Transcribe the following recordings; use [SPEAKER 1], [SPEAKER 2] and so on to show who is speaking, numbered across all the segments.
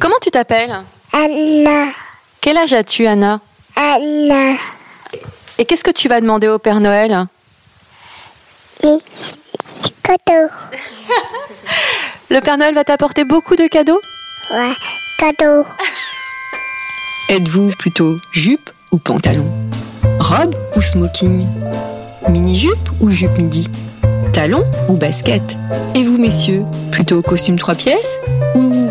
[SPEAKER 1] Comment tu t'appelles
[SPEAKER 2] Anna,
[SPEAKER 1] Quel âge as-tu, Anna
[SPEAKER 2] Anna,
[SPEAKER 1] Et qu'est-ce que tu vas demander au Père Noël
[SPEAKER 2] les c- c- cadeaux.
[SPEAKER 1] Le Père Noël va t'apporter beaucoup de cadeaux
[SPEAKER 2] Ouais, cadeaux.
[SPEAKER 3] Êtes-vous plutôt jupe ou pantalon Robe ou smoking Mini-jupe ou jupe midi Talon ou basket Et vous, messieurs, plutôt costume trois pièces ou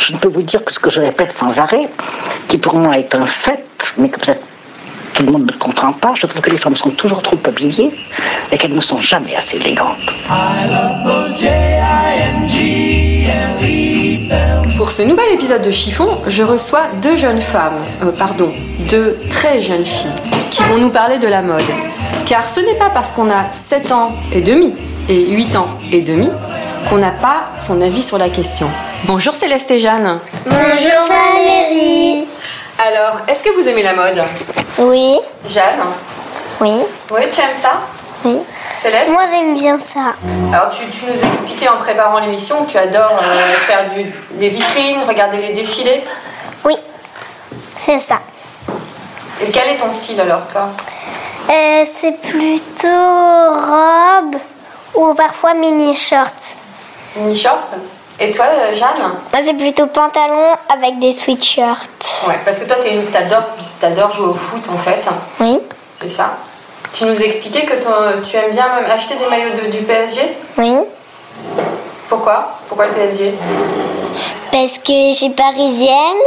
[SPEAKER 4] je ne peux vous dire que ce que je répète sans arrêt, qui pour moi est un fait, mais que peut-être tout le monde ne comprend pas, je trouve que les femmes sont toujours trop habillées et qu'elles ne sont jamais assez élégantes.
[SPEAKER 5] Pour ce nouvel épisode de Chiffon, je reçois deux jeunes femmes, euh, pardon, deux très jeunes filles, qui vont nous parler de la mode. Car ce n'est pas parce qu'on a 7 ans et demi et 8 ans et demi qu'on n'a pas son avis sur la question. Bonjour Céleste et Jeanne.
[SPEAKER 2] Bonjour Valérie.
[SPEAKER 5] Alors, est-ce que vous aimez la mode
[SPEAKER 2] Oui,
[SPEAKER 5] Jeanne
[SPEAKER 2] oui,
[SPEAKER 5] Oui, tu aimes ça
[SPEAKER 2] oui.
[SPEAKER 5] Céleste
[SPEAKER 2] Moi j'aime bien ça.
[SPEAKER 5] Alors, tu, tu nous as expliqué en préparant l'émission que tu adores euh, faire du- des vitrines, regarder les défilés.
[SPEAKER 2] Oui, c'est ça.
[SPEAKER 5] Et quel est ton style alors, toi
[SPEAKER 2] Euh, c'est plutôt robe ou parfois mini-short.
[SPEAKER 5] Mini-shop Et toi, euh, Jeanne
[SPEAKER 2] Moi c'est plutôt pantalon avec des sweatshirts.
[SPEAKER 5] Ouais, parce que toi, t'es une- t'adores, t'adores jouer au foot en fait,
[SPEAKER 2] Oui,
[SPEAKER 5] c'est ça. Tu nous expliquais que ton- tu aimes bien même acheter des maillots de- du PSG.
[SPEAKER 2] oui.
[SPEAKER 5] Pourquoi Pourquoi le PSG
[SPEAKER 2] Parce que je suis parisienne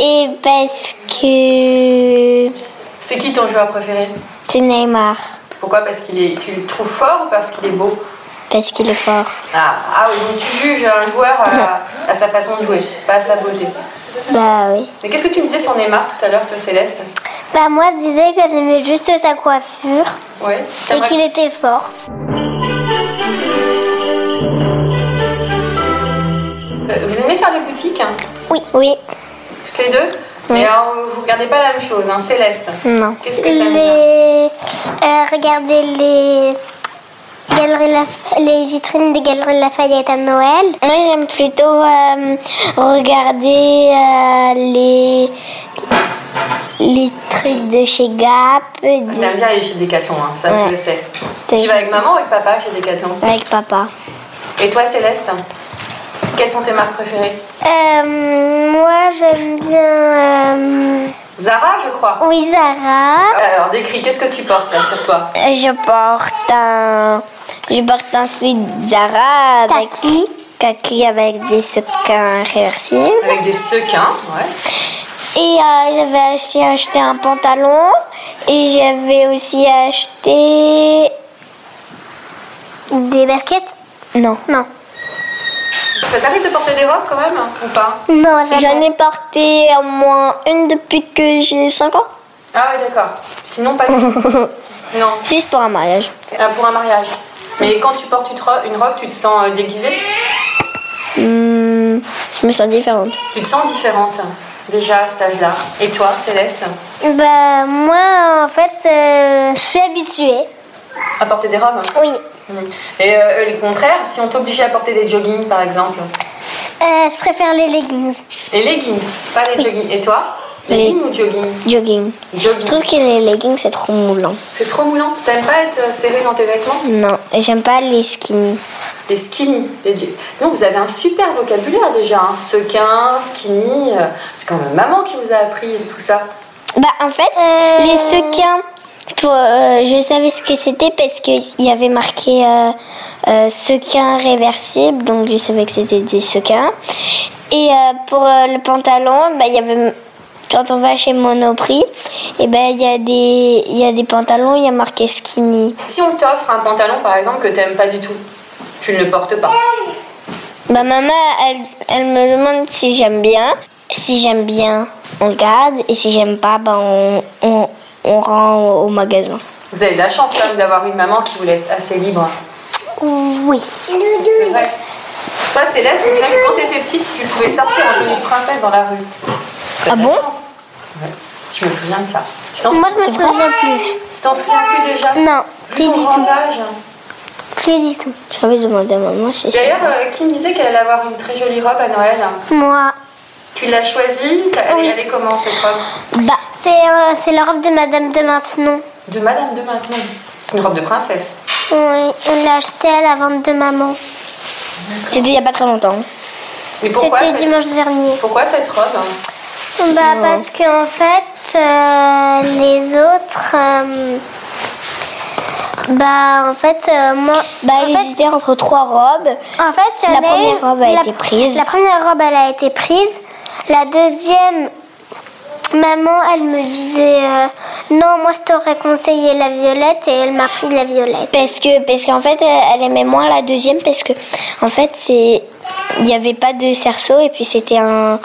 [SPEAKER 2] et parce que
[SPEAKER 5] C'est qui ton joueur préféré
[SPEAKER 2] c'est Neymar.
[SPEAKER 5] Pourquoi Parce qu'il est, tu le trouves fort ou parce qu'il est beau
[SPEAKER 2] Parce qu'il est fort.
[SPEAKER 5] ah, ah oui, donc tu juges un joueur euh, à, à sa façon de jouer, pas à sa beauté.
[SPEAKER 2] Bah oui.
[SPEAKER 5] Mais qu'est-ce que tu me disais sur Neymar tout à l'heure, toi Céleste
[SPEAKER 2] Bah moi je disais que j'aimais juste sa coiffure
[SPEAKER 5] Ouais.
[SPEAKER 2] et
[SPEAKER 5] T'aimerais-
[SPEAKER 2] qu'il était fort.
[SPEAKER 5] Euh, Vous aimez faire les boutiques, hein,
[SPEAKER 2] Oui. Oui.
[SPEAKER 5] toutes les deux Mais alors, vous regardez pas la même chose, hein, Céleste
[SPEAKER 2] Non.
[SPEAKER 5] Qu'est-ce que t'aimes bien
[SPEAKER 2] les... euh, Regardez les... Galeries Laf- Les vitrines des Galeries Lafayette à Noël. Moi j'aime plutôt euh, regarder euh, les... les trucs de chez Gap. de-
[SPEAKER 5] T'aimes bien aller chez Decathlon, hein, ça je
[SPEAKER 2] Ouais.
[SPEAKER 5] le sais.
[SPEAKER 2] T'es-
[SPEAKER 5] Tu vas avec maman ou avec papa chez Decathlon
[SPEAKER 2] Avec papa.
[SPEAKER 5] Et toi Céleste Quelles sont tes marques préférées
[SPEAKER 2] Euh, moi, j'aime bien. euh,
[SPEAKER 5] Zara je crois
[SPEAKER 2] Oui, Zara.
[SPEAKER 5] Alors décris, qu'est-ce que tu portes là sur toi
[SPEAKER 2] Euh, Je porte un. Je porte un sweat Zara avec. Kaki. avec des sequins réversibles.
[SPEAKER 5] Avec des sequins, ouais.
[SPEAKER 2] Et euh, j'avais aussi acheté un pantalon. Et j'avais aussi acheté. Des baskets Non. Non.
[SPEAKER 5] Ça t'arrive de porter des robes quand même hein, ou pas
[SPEAKER 2] Non, j'en ai porté au moins une depuis que j'ai 5 ans.
[SPEAKER 5] Ah ouais d'accord. Sinon pas du tout. Non,
[SPEAKER 2] Juste pour un mariage.
[SPEAKER 5] euh, pour un mariage. Mais quand tu portes une ro- une robe, tu te sens euh, déguisée
[SPEAKER 2] Hmm, je me sens différente.
[SPEAKER 5] Tu te sens différente déjà à cet âge-là. Et toi Céleste
[SPEAKER 2] Bah moi en fait euh, je suis habituée.
[SPEAKER 5] À porter des robes
[SPEAKER 2] Oui.
[SPEAKER 5] Mm. Et euh, le contraire, si on t'obligeait à porter des joggings par exemple
[SPEAKER 2] Euh, je préfère les leggings.
[SPEAKER 5] Les leggings, pas les joggings. Et toi Leggings ou jogging
[SPEAKER 2] Jogging. Je trouve
[SPEAKER 5] Jogging.
[SPEAKER 2] que les leggings c'est trop moulant.
[SPEAKER 5] euh, C'est trop moulant. T'aimes pas être serré dans tes vêtements
[SPEAKER 2] Non, j'aime pas les skinny.
[SPEAKER 5] les skinny. Les... Donc vous avez un super vocabulaire déjà, hein, sequin, skinny. euh, c'est quand même maman qui vous a appris tout ça.
[SPEAKER 6] Bah en fait, les sequins, pour, euh, je savais ce que c'était parce qu'il y avait marqué euh, euh, sequins réversibles, donc je savais que c'était des sequins. Et euh, pour euh, le pantalon, bah, il y avait, quand on va chez Monoprix, et ben il y, a des- il y a des pantalons, il y a marqué skinny.
[SPEAKER 5] Si on t'offre un pantalon par exemple que t'aimes pas du tout, tu ne le portes pas.
[SPEAKER 6] Bah maman, elle, elle me demande si j'aime bien. Si j'aime bien, on garde. Et si j'aime pas, bah, on, on, on rend au au magasin.
[SPEAKER 5] Vous avez de la chance quand même d'avoir une maman qui vous laisse assez libre.
[SPEAKER 6] Oui.
[SPEAKER 5] C'est vrai. Toi Céleste, je me souviens que quand t'étais petite, tu pouvais sortir en tenue de princesse dans la rue. T'as
[SPEAKER 6] Ah
[SPEAKER 5] de la
[SPEAKER 6] bon
[SPEAKER 5] chance. Ouais. Je me souviens de ça. Tu t'en
[SPEAKER 6] Moi, je me
[SPEAKER 5] c'est vrai
[SPEAKER 6] souviens plus.
[SPEAKER 5] Tu t'en souviens plus déjà
[SPEAKER 6] Non,
[SPEAKER 5] Vu
[SPEAKER 6] plus
[SPEAKER 5] ton
[SPEAKER 6] du
[SPEAKER 5] grand
[SPEAKER 6] tout.
[SPEAKER 5] âge.
[SPEAKER 6] Plus du tout. J'avais demandé à maman si j'aimais.
[SPEAKER 5] D'ailleurs, euh, qui me disait qu'elle allait avoir une très jolie robe à Noël
[SPEAKER 6] Moi.
[SPEAKER 5] Tu l'as choisie T'as- elle, est- elle est comment cette robe
[SPEAKER 6] Bah, c'est euh, c'est la robe de madame de maintenant.
[SPEAKER 5] De Madame de Maintenon. C'est une robe de princesse.
[SPEAKER 6] Oui, on l'a achetée à la vente de maman. C'était il n'y a pas très longtemps.
[SPEAKER 5] Mais pourquoi
[SPEAKER 6] C'était
[SPEAKER 5] cette...
[SPEAKER 6] dimanche dernier.
[SPEAKER 5] pourquoi cette robe hein
[SPEAKER 6] Bah, parce qu'en fait, euh, les autres. euh, bah, en fait, euh, moi.
[SPEAKER 2] Bah, elle hésitait entre trois robes.
[SPEAKER 6] En fait,
[SPEAKER 2] La
[SPEAKER 6] j'en ai
[SPEAKER 2] première
[SPEAKER 6] une-
[SPEAKER 2] robe a été prise.
[SPEAKER 6] La première robe, elle a été prise. La deuxième, maman, elle me disait euh, non, moi je t'aurais conseillé la violette et elle m'a pris la violette.
[SPEAKER 2] Parce que parce qu'en fait, elle elle aimait moins la deuxième parce que en fait, c'est il n'y avait pas de cerceau et puis c'était un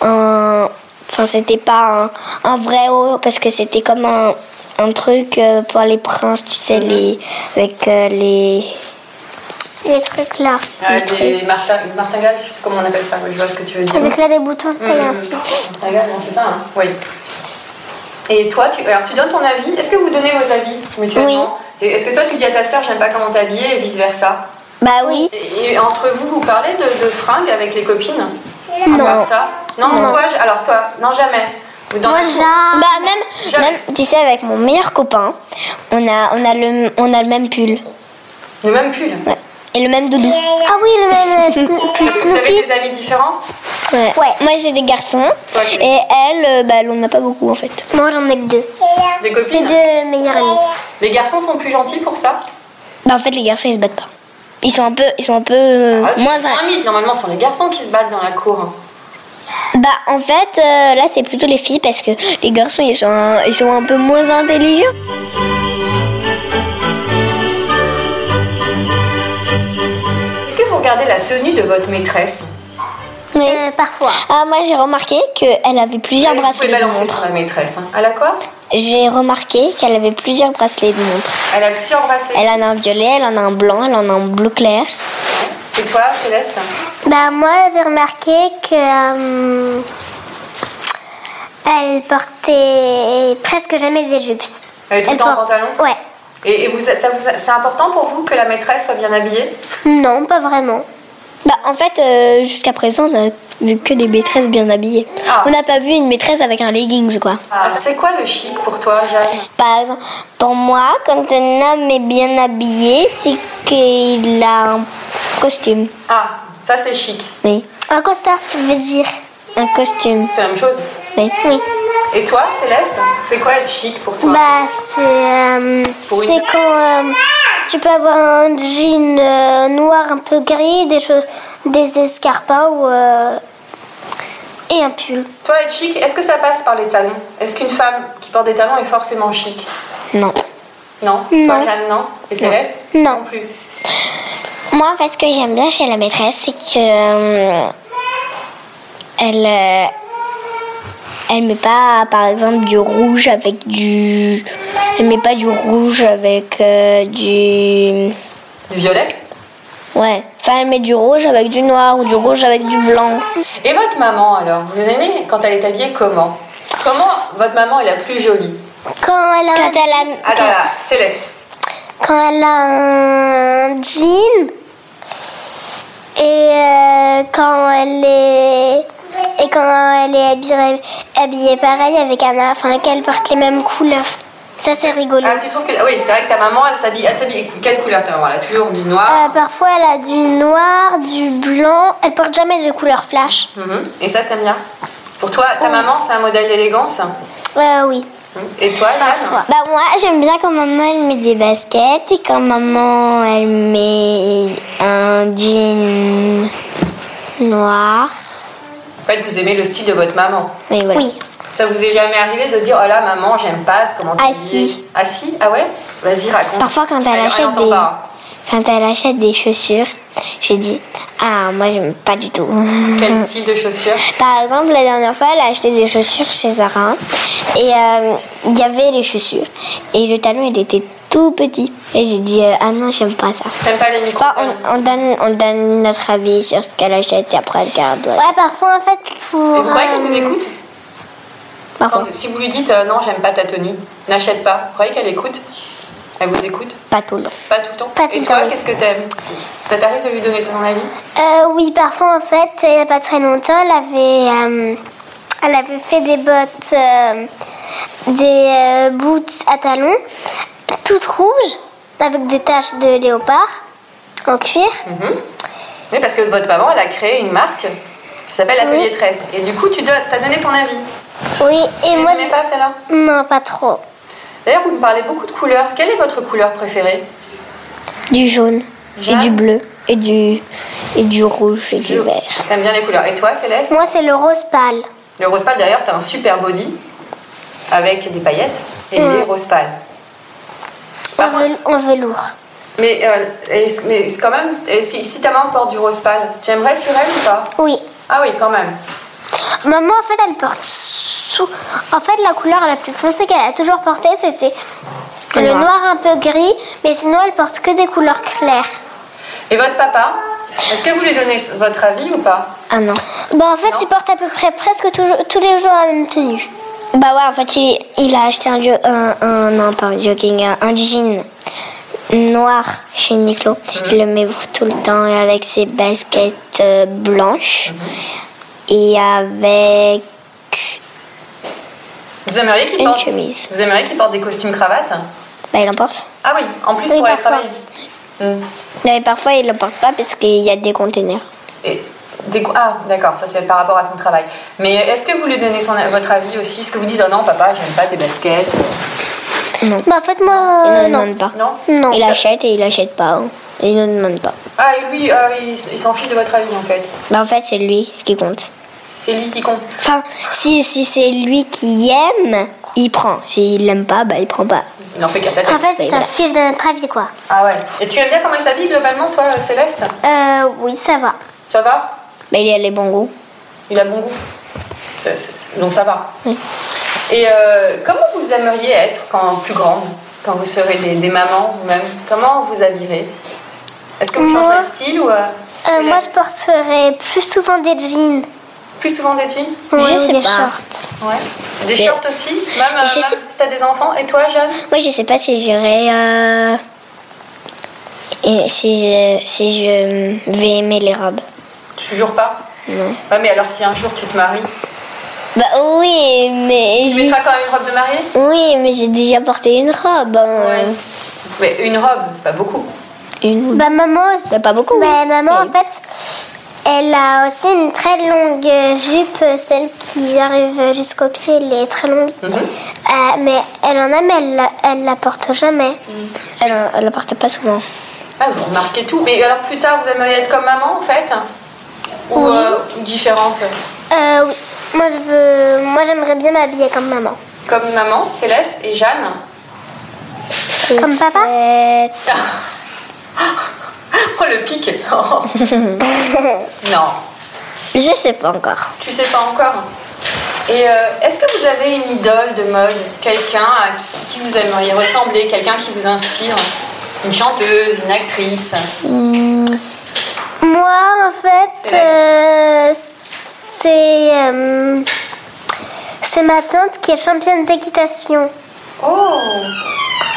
[SPEAKER 2] un enfin c'était pas un, un vrai haut parce que c'était comme un, un truc euh, pour les princes, tu sais les avec euh, les
[SPEAKER 6] Les trucs là,
[SPEAKER 5] Ah, Des martin... martingales, je sais pas comment on appelle ça, mais je vois ce que tu veux dire.
[SPEAKER 6] avec là des boutons. et un fil.
[SPEAKER 5] Martingale, non, c'est ça, hein Oui. Et toi, tu... Alors, tu donnes ton avis Est-ce que vous donnez vos avis mutuellement oui. Est-ce que toi, tu dis à ta sœur, j'aime pas comment t'habiller et vice-versa
[SPEAKER 2] bah oui,
[SPEAKER 5] Et et entre vous, vous parlez de, de fringues avec les copines Non. ça non, toi, je- alors toi, non jamais. Vous dans
[SPEAKER 6] Moi,
[SPEAKER 5] la cour.
[SPEAKER 6] j'a-
[SPEAKER 2] bah même
[SPEAKER 5] Jamais.
[SPEAKER 2] même tu sais avec mon meilleur copain, on a on a le on a le même pull
[SPEAKER 5] Le même pull.
[SPEAKER 2] Ouais. et le même doudou.
[SPEAKER 6] Ah oui, le même euh, Sno- plus
[SPEAKER 5] Vous avez
[SPEAKER 6] Snoopy.
[SPEAKER 5] des amis différents
[SPEAKER 2] Ouais. Moi j'ai des garçons
[SPEAKER 5] j'ai des-
[SPEAKER 2] et elle euh, bah elle on n'a pas beaucoup en fait.
[SPEAKER 6] Moi j'en ai que deux.
[SPEAKER 5] Des
[SPEAKER 6] C'est
[SPEAKER 5] copines
[SPEAKER 6] deux meilleurs amis.
[SPEAKER 5] Les garçons sont plus gentils pour ça
[SPEAKER 2] Bah en fait les garçons ils se battent pas. Ils sont un peu ils sont un peu euh,
[SPEAKER 6] Mm.
[SPEAKER 5] Ah, tu-
[SPEAKER 2] moins
[SPEAKER 5] c'est un mythe. Normalement, ce sont les garçons qui se battent dans la cour.
[SPEAKER 2] bah en fait euh, là c'est plutôt les filles parce que les garçons ils sont un, ils sont un peu moins intelligents.
[SPEAKER 5] Est-ce que vous regardez la tenue de votre maîtresse
[SPEAKER 6] Euh, parfois.
[SPEAKER 2] Ah moi j'ai remarqué qu'elle avait plusieurs
[SPEAKER 5] Vous pouvez
[SPEAKER 2] bracelets de
[SPEAKER 5] balancer
[SPEAKER 2] montre.
[SPEAKER 5] sur la maîtresse. hein. Elle a quoi
[SPEAKER 2] J'ai remarqué qu'elle avait plusieurs bracelets de montre.
[SPEAKER 5] Elle a plusieurs bracelets.
[SPEAKER 2] Elle en a un violet, elle en a un blanc, elle en a un bleu clair.
[SPEAKER 5] Et toi, Céleste
[SPEAKER 6] Bah moi j'ai remarqué que euh, elle portait presque jamais des jupes.
[SPEAKER 5] Elle est tout le temps en
[SPEAKER 6] porte-
[SPEAKER 5] pantalon
[SPEAKER 6] Ouais.
[SPEAKER 5] Et, et vous, ça vous- c'est important pour vous que la maîtresse soit bien habillée
[SPEAKER 6] Non, pas vraiment.
[SPEAKER 2] Bah en fait euh, jusqu'à présent on a vu que des maîtresses bien habillées.
[SPEAKER 5] Ah.
[SPEAKER 2] On n'a pas vu une maîtresse avec un leggings quoi.
[SPEAKER 5] Ah, C'est quoi le chic pour toi, Jeanne
[SPEAKER 2] Par exemple,
[SPEAKER 6] Pour moi, quand un homme est bien habillé, c'est qu'il a un,
[SPEAKER 2] costume,
[SPEAKER 5] Ah, ça c'est chic.
[SPEAKER 2] mais
[SPEAKER 6] un costard, tu veux dire
[SPEAKER 2] un costume,
[SPEAKER 5] C'est la même chose.
[SPEAKER 2] mais
[SPEAKER 6] Oui.
[SPEAKER 5] Et toi, Céleste C'est quoi être chic pour toi
[SPEAKER 6] Bah c'est euh,
[SPEAKER 5] Pour une-
[SPEAKER 6] c'est quand euh, tu peux avoir un jean euh, noir un peu gris, des choses, des escarpins ou euh, et un pull.
[SPEAKER 5] Toi, être chic, est-ce que ça passe par les talons Est-ce qu'une femme qui porte des talons est forcément chic
[SPEAKER 2] non.
[SPEAKER 5] Non. Toi,
[SPEAKER 6] Non.
[SPEAKER 5] Jeanne, non Et Céleste
[SPEAKER 6] Non.
[SPEAKER 5] plus.
[SPEAKER 2] Moi, en fait, ce que j'aime bien chez la maîtresse, c'est que. euh, elle. euh, elle met pas, par exemple, du rouge avec du. Elle met pas du rouge avec euh, du.
[SPEAKER 5] Du violet
[SPEAKER 2] Ouais. Enfin, elle met du rouge avec du noir ou du rouge avec du blanc.
[SPEAKER 5] Et votre maman alors Vous aimez quand elle est habillée comment Comment votre maman est la plus jolie
[SPEAKER 6] Quand elle a un
[SPEAKER 2] Quand elle a-
[SPEAKER 5] Attends, là, Céleste.
[SPEAKER 6] quand elle a un jean et euh, quand elle est et quand elle est habillée, habillée pareil avec un enfin qu'elle porte les mêmes couleurs. Ça, c'est rigolo.
[SPEAKER 5] Ah, tu trouves que. ah Oui, c'est vrai que ta maman, elle s'habille. Elle s'habille. Quelle couleur ta maman Elle a toujours du noir.
[SPEAKER 6] Euh, parfois, elle a du noir, du blanc. Elle porte jamais de couleur flash.
[SPEAKER 5] Mhm. Et ça, t'aimes bien Pour toi, ta maman, c'est un modèle d'élégance Mm.
[SPEAKER 6] Euh, oui.
[SPEAKER 5] Et toi, Jeanne
[SPEAKER 6] Bah moi j'aime bien quand maman elle met des baskets et quand maman elle met un jean noir.
[SPEAKER 5] En fait, vous aimez le style de votre maman.
[SPEAKER 6] Mais voilà. Oui.
[SPEAKER 5] Ça vous est jamais arrivé de dire Oh là, maman, j'aime pas comment tu
[SPEAKER 6] Ah, si.
[SPEAKER 5] Ah si Ah ouais Vas-y, raconte.
[SPEAKER 6] Parfois quand elle
[SPEAKER 5] Allez, on
[SPEAKER 6] achète
[SPEAKER 5] n'entend
[SPEAKER 6] des
[SPEAKER 5] pas.
[SPEAKER 6] quand elle achète des chaussures, je dis ah moi j'aime pas du tout.
[SPEAKER 5] Quel style de chaussures
[SPEAKER 6] Par exemple, la dernière fois, elle a acheté des chaussures chez Zara. Et euh, il y avait les chaussures. Et le talon, il était tout petit. Et j'ai dit, euh, ah non, j'aime pas ça.
[SPEAKER 5] T'aimes pas les micros
[SPEAKER 6] Enfin, Bah, on, on donne, on donne notre avis sur ce qu'elle achète et après elle garde. Ouais, parfois en fait, euh,
[SPEAKER 5] Et vous croyez qu'elle vous écoute
[SPEAKER 6] Parfois,
[SPEAKER 5] Quand- Si vous lui dites euh, Non, j'aime pas ta tenue, n'achète pas, vous croyez qu'elle écoute Elle vous écoute
[SPEAKER 6] pas tout le temps.
[SPEAKER 5] Pas tout le temps
[SPEAKER 6] Pas tout
[SPEAKER 5] Et
[SPEAKER 6] le
[SPEAKER 5] toi,
[SPEAKER 6] temps, oui.
[SPEAKER 5] qu'est-ce que t'aimes Ça t'arrive de lui donner ton avis
[SPEAKER 6] Euh, oui, parfois en fait, il n'y a pas très longtemps, elle avait, euh, elle avait fait des bottes, euh, des euh, boots à talons, toutes rouges, avec des taches de léopard en cuir.
[SPEAKER 5] Oui, parce que votre maman, elle a créé une marque qui s'appelle Atelier 13. Et du coup, tu don- t'as donné ton avis.
[SPEAKER 6] Oui, et
[SPEAKER 5] Vous
[SPEAKER 6] moi.
[SPEAKER 5] les aimez
[SPEAKER 6] je-
[SPEAKER 5] pas, celle-là
[SPEAKER 6] Non, pas trop.
[SPEAKER 5] D'ailleurs, vous me parlez beaucoup de couleurs. Quelle est votre couleur préférée
[SPEAKER 6] Du jaune,
[SPEAKER 5] Jaune.
[SPEAKER 6] et du bleu, et du, et du rouge, et du vert.
[SPEAKER 5] T'aimes bien les couleurs. Et toi, Céleste
[SPEAKER 6] Moi, c'est le rose pâle.
[SPEAKER 5] Le rose pâle, d'ailleurs, t'as un super body avec des paillettes et
[SPEAKER 6] Mm.
[SPEAKER 5] les rose pâle. Par
[SPEAKER 6] En,
[SPEAKER 5] contre-
[SPEAKER 6] vel- en velours.
[SPEAKER 5] mais, euh, est-ce- mais c'est quand même, et si, si ta maman porte du rose pâle, tu aimerais sur elle ou pas
[SPEAKER 6] Oui.
[SPEAKER 5] Ah oui, quand même.
[SPEAKER 6] Maman, en fait, elle porte sous. En fait, la couleur la plus foncée qu'elle a toujours portée, c'était le noir. un peu gris, mais sinon, elle porte que des couleurs claires.
[SPEAKER 5] Et votre papa Est-ce que vous lui donnez votre avis ou pas
[SPEAKER 6] Ah non. Bah, en fait, il porte à peu près presque toujours- tous les jours la même tenue. Bah, ouais, en fait, il, il a acheté un, jo- un, un- Non, pas un jogging, un, un jean noir chez
[SPEAKER 5] Mhm.
[SPEAKER 6] Niclo. Il le met tout le temps et avec ses baskets euh, blanches
[SPEAKER 5] Mhm.
[SPEAKER 6] et avec.
[SPEAKER 5] Vous aimeriez qu'il
[SPEAKER 6] Une
[SPEAKER 5] porte
[SPEAKER 6] chemise.
[SPEAKER 5] Vous aimeriez qu'il porte des costumes cravates
[SPEAKER 6] Bah, il en porte.
[SPEAKER 5] Ah oui, en plus
[SPEAKER 6] Oui,
[SPEAKER 5] pour aller
[SPEAKER 6] parfois.
[SPEAKER 5] travailler. Hmm.
[SPEAKER 6] Mais parfois, il ne le porte pas parce qu'il y a des containers.
[SPEAKER 5] Et des co- ah, d'accord, ça c'est par rapport à son travail. Mais euh, est-ce que vous lui donnez son, votre avis aussi Est-ce que vous dites oh non, papa, j'aime pas tes baskets
[SPEAKER 6] Bah, en fait, moi,
[SPEAKER 2] Il ne
[SPEAKER 6] euh,
[SPEAKER 2] le
[SPEAKER 6] non.
[SPEAKER 2] demande pas.
[SPEAKER 5] Non
[SPEAKER 6] Non.
[SPEAKER 2] Il achète et il achète pas. hein. Il ne demande pas.
[SPEAKER 5] Ah, et lui, ah oui, il s- il s'en fiche de votre avis en fait.
[SPEAKER 2] Bah, en fait, c'est lui qui compte.
[SPEAKER 5] C'est lui qui compte.
[SPEAKER 2] Enfin, si, si c'est lui qui aime, il prend. S'il l'aime pas, bah, il prend pas.
[SPEAKER 5] Il n'en fait qu'à sa tête.
[SPEAKER 6] En fait,
[SPEAKER 2] Oui,
[SPEAKER 6] ça
[SPEAKER 2] voilà.
[SPEAKER 6] fiche de notre avis, quoi.
[SPEAKER 5] Ah ouais. Et tu aimes bien comment il s'habille globalement, toi, euh, Céleste
[SPEAKER 6] Euh, oui, ça va.
[SPEAKER 5] Ça va
[SPEAKER 2] Bah, il a les bons goûts.
[SPEAKER 5] Il a bon goût C'est- c'est- Donc ça va. Et euh, comment vous aimeriez être quand plus grande Quand vous serez des, des mamans vous-même Comment vous habillerez Est-ce que vous
[SPEAKER 6] Moi-
[SPEAKER 5] changerez de style ou euh,
[SPEAKER 6] Euh, moi, je
[SPEAKER 5] Céleste
[SPEAKER 6] porterai plus souvent des jeans.
[SPEAKER 5] plus souvent des jeans
[SPEAKER 6] Ouais,
[SPEAKER 2] sais
[SPEAKER 6] ou des
[SPEAKER 2] pas.
[SPEAKER 6] shorts.
[SPEAKER 5] Ouais. Des shorts aussi Même, euh,
[SPEAKER 2] Je
[SPEAKER 5] même
[SPEAKER 2] sais-
[SPEAKER 5] si t'as des enfants. Et toi, Jeanne
[SPEAKER 2] Moi, je sais pas si j'irai. euh, et si je, si je vais aimer les robes.
[SPEAKER 5] Toujours pas
[SPEAKER 2] Non.
[SPEAKER 5] Ouais, mais alors si un jour tu te maries,
[SPEAKER 2] Bah oui, mais
[SPEAKER 5] tu
[SPEAKER 2] j'ai-
[SPEAKER 5] mettras quand même une robe de mariée
[SPEAKER 2] oui, mais j'ai déjà porté une robe. hein.
[SPEAKER 5] Mais une robe, c'est pas beaucoup.
[SPEAKER 2] Une ou
[SPEAKER 6] Bah, maman aussi.
[SPEAKER 2] Bah, pas beaucoup,
[SPEAKER 6] Bah,
[SPEAKER 2] oui.
[SPEAKER 6] maman,
[SPEAKER 2] Oui.
[SPEAKER 6] en fait, elle a aussi une très longue euh, jupe, euh, celle qui arrive jusqu'au pied, elle est très longue.
[SPEAKER 2] Mhm.
[SPEAKER 6] Euh, mais elle en a, mais elle, la- elle la porte jamais.
[SPEAKER 2] Mhm. Elle, elle la porte pas souvent.
[SPEAKER 5] Ah, vous remarquez tout. Mais alors plus tard, vous aimeriez être comme maman en fait Ou euh, différente
[SPEAKER 6] Euh, oui. Moi, je veux... Moi, j'aimerais bien m'habiller comme maman.
[SPEAKER 5] Comme maman, Céleste et Jeanne
[SPEAKER 6] Comme papa
[SPEAKER 2] Euh,
[SPEAKER 5] Oh le pic Non,
[SPEAKER 2] je sais pas encore.
[SPEAKER 5] tu sais pas encore. Et euh, est-ce que vous avez une idole de mode Quelqu'un à qui- qui vous aimeriez ressembler Quelqu'un qui vous inspire Une chanteuse, une actrice
[SPEAKER 6] Moi, en fait, euh, c'est euh, c'est ma tante qui est championne d'équitation.
[SPEAKER 5] Oh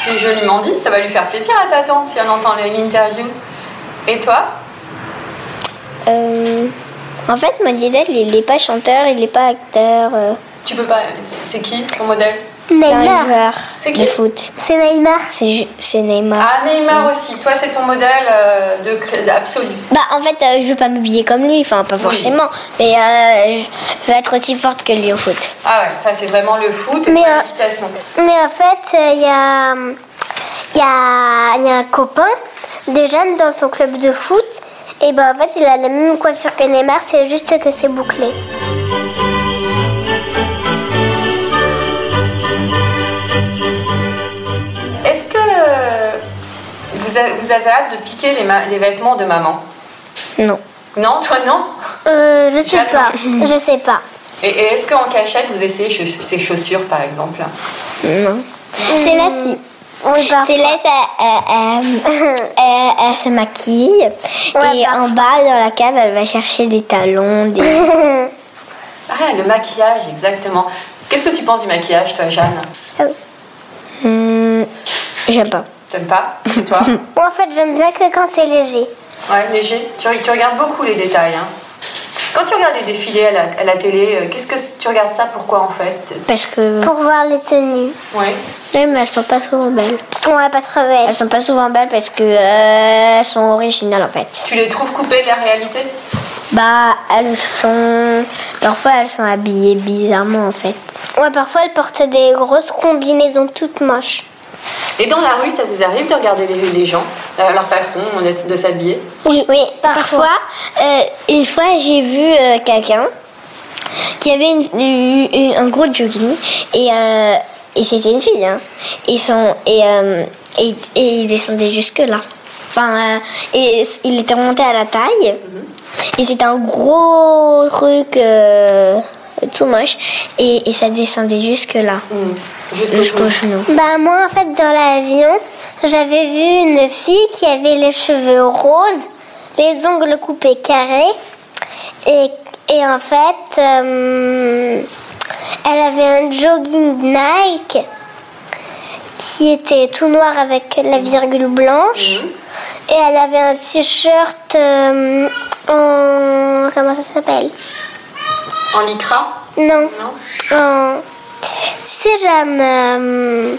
[SPEAKER 5] C'est joliment dit, ça va lui faire plaisir à ta tante si elle entend l'interview. Et toi
[SPEAKER 2] Euh, en fait, mon idole, il est pas chanteur, il est pas acteur. euh.
[SPEAKER 5] Tu peux pas. C'est qui ton modèle
[SPEAKER 2] C'est un
[SPEAKER 6] Neymar.
[SPEAKER 2] joueur
[SPEAKER 5] C'est qui
[SPEAKER 2] de foot.
[SPEAKER 6] C'est Neymar.
[SPEAKER 2] C'est ju- c'est Neymar.
[SPEAKER 5] Ah, Neymar aussi. Toi, c'est ton modèle euh, de cré- absolu.
[SPEAKER 2] Bah en fait, euh, je veux pas m'habiller comme lui, enfin pas forcément, mais euh, je veux être aussi forte que lui au foot.
[SPEAKER 5] Ah ouais, ça, c'est vraiment le foot et
[SPEAKER 6] Mais,
[SPEAKER 5] pas
[SPEAKER 6] euh,
[SPEAKER 5] l'équitation.
[SPEAKER 6] Mais en fait, il y, a, euh, y a- y a un copain de Jeanne dans son club de foot. Et ben en fait, il a la même coiffure que Neymar, c'est juste que c'est bouclé.
[SPEAKER 5] Est-ce que euh, vous, a- vous avez hâte de piquer les, ma- les vêtements de maman
[SPEAKER 2] Non.
[SPEAKER 5] Non, toi, non
[SPEAKER 6] Euh, je sais
[SPEAKER 5] Jeanne.
[SPEAKER 6] pas, je sais pas.
[SPEAKER 5] Et, et est-ce qu'en cachette, vous essayez chauss- ces chaussures, par exemple
[SPEAKER 2] C'est là si.
[SPEAKER 6] Oui, parfois.
[SPEAKER 2] C'est euh, là, elle, euh, se maquille
[SPEAKER 6] Ouais,
[SPEAKER 2] et
[SPEAKER 6] parfois.
[SPEAKER 2] en bas dans la cave, elle va chercher des talons, des
[SPEAKER 5] Ah, le maquillage, exactement. Qu'est-ce que tu penses du maquillage, toi, Jeanne
[SPEAKER 2] Hmm, J'aime pas.
[SPEAKER 5] T'aimes pas Et toi
[SPEAKER 6] Moi, en fait, j'aime bien que quand c'est léger.
[SPEAKER 5] Ouais, léger. Tu, tu regardes beaucoup les détails. hein. Quand tu regardes les défilés à la, à la télé, euh, qu'est-ce que c- tu regardes ça Pourquoi en fait
[SPEAKER 2] Parce que
[SPEAKER 6] Pour voir les tenues.
[SPEAKER 5] Ouais.
[SPEAKER 2] même elles sont pas souvent belles.
[SPEAKER 6] Ouais, pas trop belle.
[SPEAKER 2] Elles sont pas souvent belles parce que euh, elles sont originales en fait.
[SPEAKER 5] Tu les trouves coupées de la réalité
[SPEAKER 2] Bah elles sont parfois elles sont habillées bizarrement en fait.
[SPEAKER 6] Ouais, parfois, elle porte des grosses combinaisons toutes moches.
[SPEAKER 5] Et dans la rue, ça vous arrive de regarder les, les gens, euh, leur façon de, de s'habiller
[SPEAKER 2] Oui, oui. Parfois, euh, une fois j'ai vu euh, quelqu'un qui avait une- une- une- un gros jogging et, euh, et c'était une fille. hein. Et, son, et, euh, et- et il descendait jusque là. Enfin, euh, et s- il était remonté à la taille. Et c'était un gros truc euh, tout moche. Et, et ça descendait jusque là.
[SPEAKER 5] Jusqu'au
[SPEAKER 2] Jusqu'au genou.
[SPEAKER 6] Bah moi en fait dans l'avion, j'avais vu une fille qui avait les cheveux roses, les ongles coupés carrés et, et en fait euh, elle avait un jogging Nike qui était tout noir avec la virgule blanche et elle avait un t-shirt euh, en comment ça s'appelle
[SPEAKER 5] En lycra
[SPEAKER 6] non.
[SPEAKER 5] Non
[SPEAKER 6] Euh, tu sais, Jeanne, euh,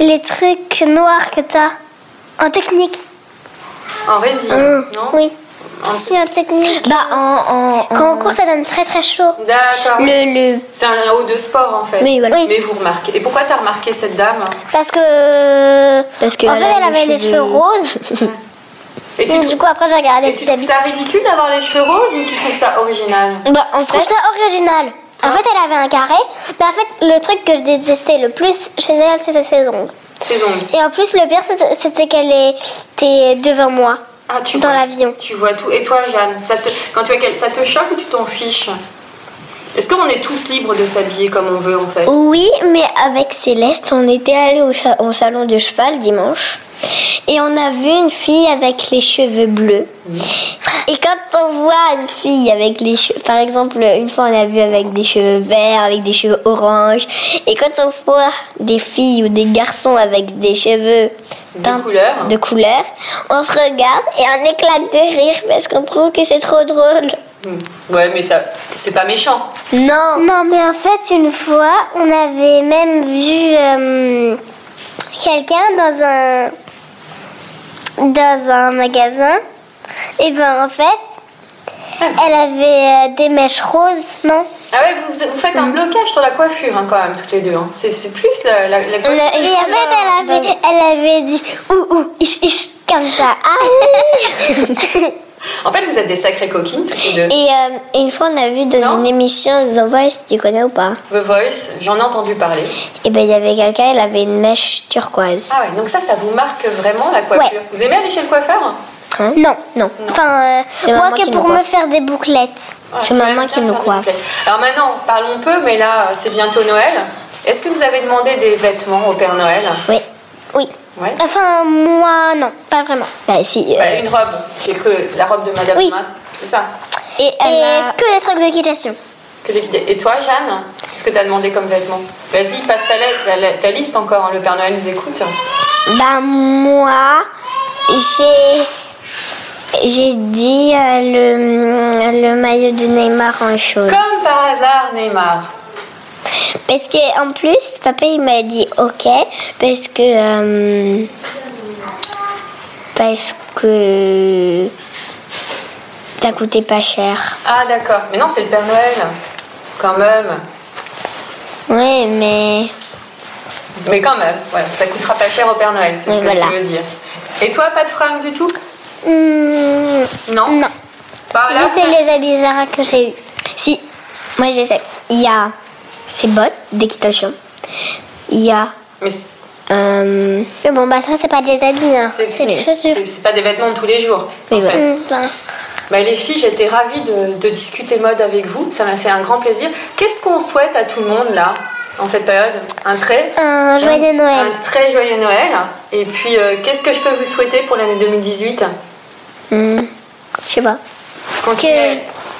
[SPEAKER 6] les trucs noirs que t'as en technique. Hein,
[SPEAKER 5] En résine Non
[SPEAKER 6] Oh. Oui.
[SPEAKER 5] En-
[SPEAKER 6] Si, en technique.
[SPEAKER 2] Bah, en. en- en-
[SPEAKER 6] Quand on court, ça donne très très chaud.
[SPEAKER 5] D'accord.
[SPEAKER 2] le, le-
[SPEAKER 5] C'est un haut de sport en fait.
[SPEAKER 2] Oui, voilà.
[SPEAKER 6] Oui.
[SPEAKER 5] Mais vous remarquez. Et pourquoi t'as remarqué cette dame
[SPEAKER 6] Parce que.
[SPEAKER 2] Parce que
[SPEAKER 6] en
[SPEAKER 2] elle
[SPEAKER 6] fait,
[SPEAKER 2] a
[SPEAKER 6] elle
[SPEAKER 2] les
[SPEAKER 6] avait les
[SPEAKER 2] cheveux-
[SPEAKER 6] cheveux roses.
[SPEAKER 5] Et tu,
[SPEAKER 6] Donc,
[SPEAKER 5] trou-
[SPEAKER 6] du coup, après, j'ai regardé
[SPEAKER 5] et
[SPEAKER 6] si
[SPEAKER 5] tu
[SPEAKER 6] t'as
[SPEAKER 5] trouves
[SPEAKER 6] vu.
[SPEAKER 5] ça ridicule d'avoir les cheveux roses ou tu trouves ça Ah. original
[SPEAKER 2] Bah, en
[SPEAKER 6] Je trouve
[SPEAKER 2] fait,
[SPEAKER 6] ça original. En fait, elle avait un carré, mais en fait, le truc que je détestais le plus chez elle, c'était ses ongles.
[SPEAKER 5] Ces ongles.
[SPEAKER 6] Et en plus, le pire, c'était- c'était qu'elle était devant moi.
[SPEAKER 5] Ah, tu
[SPEAKER 6] Dans
[SPEAKER 5] vois.
[SPEAKER 6] l'avion.
[SPEAKER 5] Tu vois tout. Et toi, Jeanne, ça te, quand tu vois quel- ça te choque ou tu t'en fiches Est-ce qu'on est tous libres de s'habiller comme on veut en fait
[SPEAKER 2] Oui, mais avec Céleste, on était allé au, sa- au salon de cheval dimanche. Et on a vu une fille avec les cheveux bleus. Et quand on voit une fille avec les cheveux, par exemple, une fois on a vu avec des cheveux verts, avec des cheveux orange. Et quand on voit des filles ou des garçons avec des cheveux teints
[SPEAKER 5] couleurs.
[SPEAKER 2] de couleurs, on se regarde et on éclate de rire parce qu'on trouve que c'est trop drôle.
[SPEAKER 5] Ouais, mais ça, c'est pas méchant.
[SPEAKER 2] Non,
[SPEAKER 6] Non, mais en fait, une fois, on avait même vu euh, quelqu'un dans un dans un magasin. Et ben en fait,
[SPEAKER 2] Ah.
[SPEAKER 6] elle avait euh, des mèches roses, non
[SPEAKER 5] Ah ouais, vous, vous faites un blocage sur la coiffure hein, quand même, toutes les deux. hein. C'est, c'est plus la, la,
[SPEAKER 2] Ah,
[SPEAKER 5] la coiffure.
[SPEAKER 6] Et en fait, elle avait, elle avait dit ouh ouh ich ich comme ça.
[SPEAKER 2] Ah
[SPEAKER 5] En fait, vous êtes des sacrées coquines, toutes les deux.
[SPEAKER 2] Et, euh, et une fois, on a vu dans
[SPEAKER 5] Non.
[SPEAKER 2] une émission The Voice, tu connais ou pas
[SPEAKER 5] The Voice, j'en ai entendu parler.
[SPEAKER 2] Et ben il y avait quelqu'un, il avait une mèche turquoise.
[SPEAKER 5] Ah ouais, donc ça, ça vous marque vraiment la coiffure. Vous aimez aller chez le coiffeur
[SPEAKER 6] non, non. Enfin, euh,
[SPEAKER 2] C'est
[SPEAKER 6] moi
[SPEAKER 2] maman
[SPEAKER 6] que
[SPEAKER 2] qui
[SPEAKER 6] pour
[SPEAKER 2] nous
[SPEAKER 6] me
[SPEAKER 2] coiffe.
[SPEAKER 6] faire des bouclettes.
[SPEAKER 5] Ouais,
[SPEAKER 2] C'est
[SPEAKER 5] tu
[SPEAKER 2] maman
[SPEAKER 5] aimes
[SPEAKER 2] qui
[SPEAKER 5] bien
[SPEAKER 2] nous
[SPEAKER 5] faire des
[SPEAKER 2] coiffe.
[SPEAKER 5] bouclettes. Alors maintenant, parlons peu, mais là, c'est bientôt Noël. Est-ce que vous avez demandé des vêtements au Père Noël
[SPEAKER 2] Oui.
[SPEAKER 6] Oui.
[SPEAKER 5] Ouais.
[SPEAKER 6] Enfin, moi non, pas vraiment.
[SPEAKER 2] Bah si. euh,
[SPEAKER 5] Bah, une robe, j'ai cru, la robe de Madame
[SPEAKER 6] Oui.
[SPEAKER 5] Thomas, c'est ça.
[SPEAKER 2] et elle
[SPEAKER 6] Et euh,
[SPEAKER 2] a-
[SPEAKER 6] que des trucs d'équitation.
[SPEAKER 5] Que des idées. Et toi, Jeanne, qu'est-ce que t'as demandé comme vêtements Vas-y, passe ta, lettre, ta, ta liste encore, hein, le Père Noël nous écoute.
[SPEAKER 2] Bah moi, j'ai j'ai dit euh, le le maillot de Neymar en jaune.
[SPEAKER 5] Comme par hasard, Neymar.
[SPEAKER 6] Parce que en plus, papa il m'a dit ok parce que euh, parce que ça coûtait pas cher.
[SPEAKER 5] Ah d'accord. Mais non, c'est le Père Noël. Quand même.
[SPEAKER 6] Ouais, mais
[SPEAKER 5] Mais quand même, voilà, ça coûtera pas cher au Père Noël, c'est ce que
[SPEAKER 6] Voilà.
[SPEAKER 5] tu veux dire. Et toi, pas de fringues du tout
[SPEAKER 6] hum,
[SPEAKER 5] Non
[SPEAKER 6] Non.
[SPEAKER 5] Pas là,
[SPEAKER 6] je sais les habits Zara que j'ai eu. Si, moi je sais. Il y a ces bottes d'équitation. Il y a
[SPEAKER 5] Mais c'est-
[SPEAKER 6] euh, mais bon bah ça c'est pas des habits hein.
[SPEAKER 5] c'est-
[SPEAKER 6] c'est des
[SPEAKER 5] c'est
[SPEAKER 6] chaussures.
[SPEAKER 5] c'est- c'est pas des vêtements de tous les jours. en
[SPEAKER 6] Mais
[SPEAKER 5] fait.
[SPEAKER 6] voilà. Hum, ben,
[SPEAKER 5] Bah, les filles, j'étais ravie de, de discuter mode avec vous. Ça m'a fait un grand plaisir. Qu'est-ce qu'on souhaite à tout le monde là, en cette période Un très
[SPEAKER 6] Un joyeux Noël.
[SPEAKER 5] Un très joyeux Noël. Et puis, euh, qu'est-ce que je peux vous souhaiter pour l'année 2018
[SPEAKER 6] Hum, je sais pas. Que,
[SPEAKER 5] Continuez.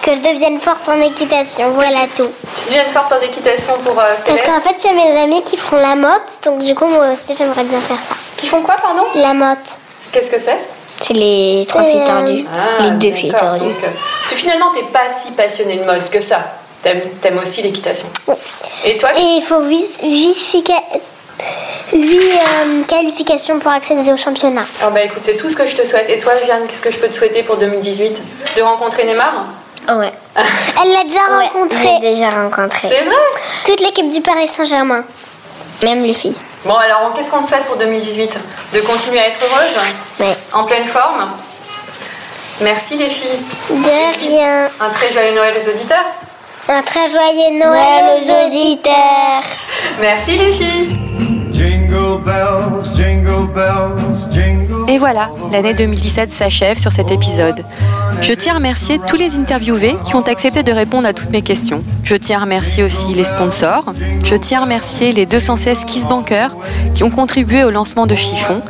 [SPEAKER 6] que je devienne forte en équitation, voilà tout.
[SPEAKER 5] Tu deviens forte en équitation pour euh,
[SPEAKER 6] Parce
[SPEAKER 5] Céleste.
[SPEAKER 6] qu'en fait, j'ai mes amis qui font la motte, donc du coup, moi aussi, j'aimerais bien faire ça.
[SPEAKER 5] Qui font quoi, pardon
[SPEAKER 6] La motte,
[SPEAKER 5] C'est- Qu'est-ce que c'est
[SPEAKER 1] C'est les trois
[SPEAKER 6] C'est,
[SPEAKER 1] filles
[SPEAKER 6] euh,
[SPEAKER 1] tordues.
[SPEAKER 5] Ah,
[SPEAKER 1] les deux filles
[SPEAKER 5] d'accord.
[SPEAKER 1] tordues.
[SPEAKER 5] Donc, euh, tu finalement t'es pas si passionnée de mode que ça. T'aimes, t'aimes aussi l'équitation. Et toi
[SPEAKER 6] Et il faut 8, euh, qualifications pour accéder au championnat.
[SPEAKER 5] Alors bah écoute, c'est tout ce que je te souhaite. Et toi, Jeanne, qu'est-ce que je peux te souhaiter pour 2018 De rencontrer Neymar
[SPEAKER 2] ouais.
[SPEAKER 6] Elle l'a déjà rencontré,
[SPEAKER 2] J'ai déjà rencontré.
[SPEAKER 5] C'est vrai
[SPEAKER 6] toute l'équipe du Paris Saint-Germain.
[SPEAKER 2] Même les filles.
[SPEAKER 5] Bon alors qu'est-ce qu'on te souhaite pour 2018 De continuer à être heureuse
[SPEAKER 2] Ouais.
[SPEAKER 5] En pleine forme Merci les filles.
[SPEAKER 6] De rien.
[SPEAKER 5] Un très joyeux Noël aux auditeurs.
[SPEAKER 6] Un très joyeux Noël,
[SPEAKER 2] Noël
[SPEAKER 6] aux auditeurs.
[SPEAKER 5] Merci les filles.
[SPEAKER 7] Jingle bells, jingle bells, jingle.
[SPEAKER 3] Et voilà, l'année 2017 s'achève sur cet épisode. Je tiens à remercier tous les interviewés qui ont accepté de répondre à toutes mes questions. Je tiens à remercier aussi les sponsors. Je tiens à remercier les 216 Kiss Bankers qui ont contribué au lancement de Chiffon.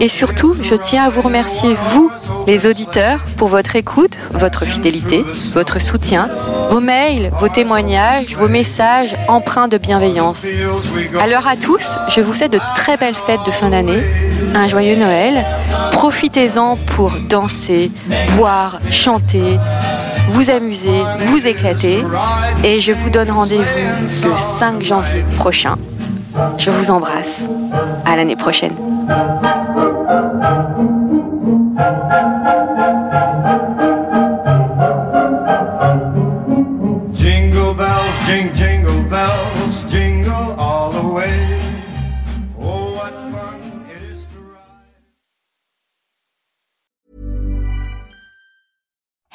[SPEAKER 3] Et surtout, je tiens à vous remercier, vous, les auditeurs, pour votre écoute, votre fidélité, votre soutien, vos mails, vos témoignages, vos messages empreints de bienveillance.
[SPEAKER 7] Feels we go.
[SPEAKER 3] Alors à tous, je vous souhaite de très belles fêtes de fin d'année, un joyeux Noël. Profitez-en pour danser, boire, chanter, vous amuser, vous éclater. Et je vous donne rendez-vous le 5 janvier prochain. Je vous embrasse. À l'année prochaine.
[SPEAKER 7] Jingle bells, jing, jingle bells, jingle all the way. Oh, what fun it is to ride.